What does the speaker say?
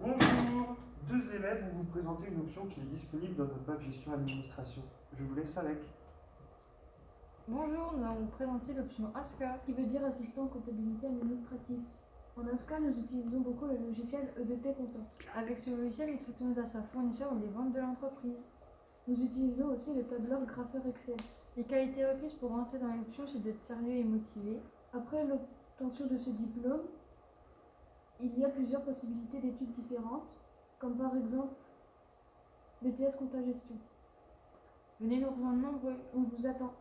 Bonjour, deux élèves vont vous présenter une option qui est disponible dans notre bac gestion administration. Je vous laisse avec. Bonjour, nous allons vous présenter l'option ASCA. qui veut dire assistant comptabilité administrative. En ASCA, nous utilisons beaucoup le logiciel E EBP Comptant. Avec ce logiciel, nous traitons les achats fournisseurs ou les ventes de l'entreprise. Nous utilisons aussi le tableur graffeur Excel. Les qualités requises pour entrer dans l'option, c'est d'être sérieux et motivé. Après l'obtention de ce diplôme, il y a plusieurs possibilités d'études différentes, comme par exemple BTS Compta Gestion. Venez nous rejoindre nombreux. On vous attend.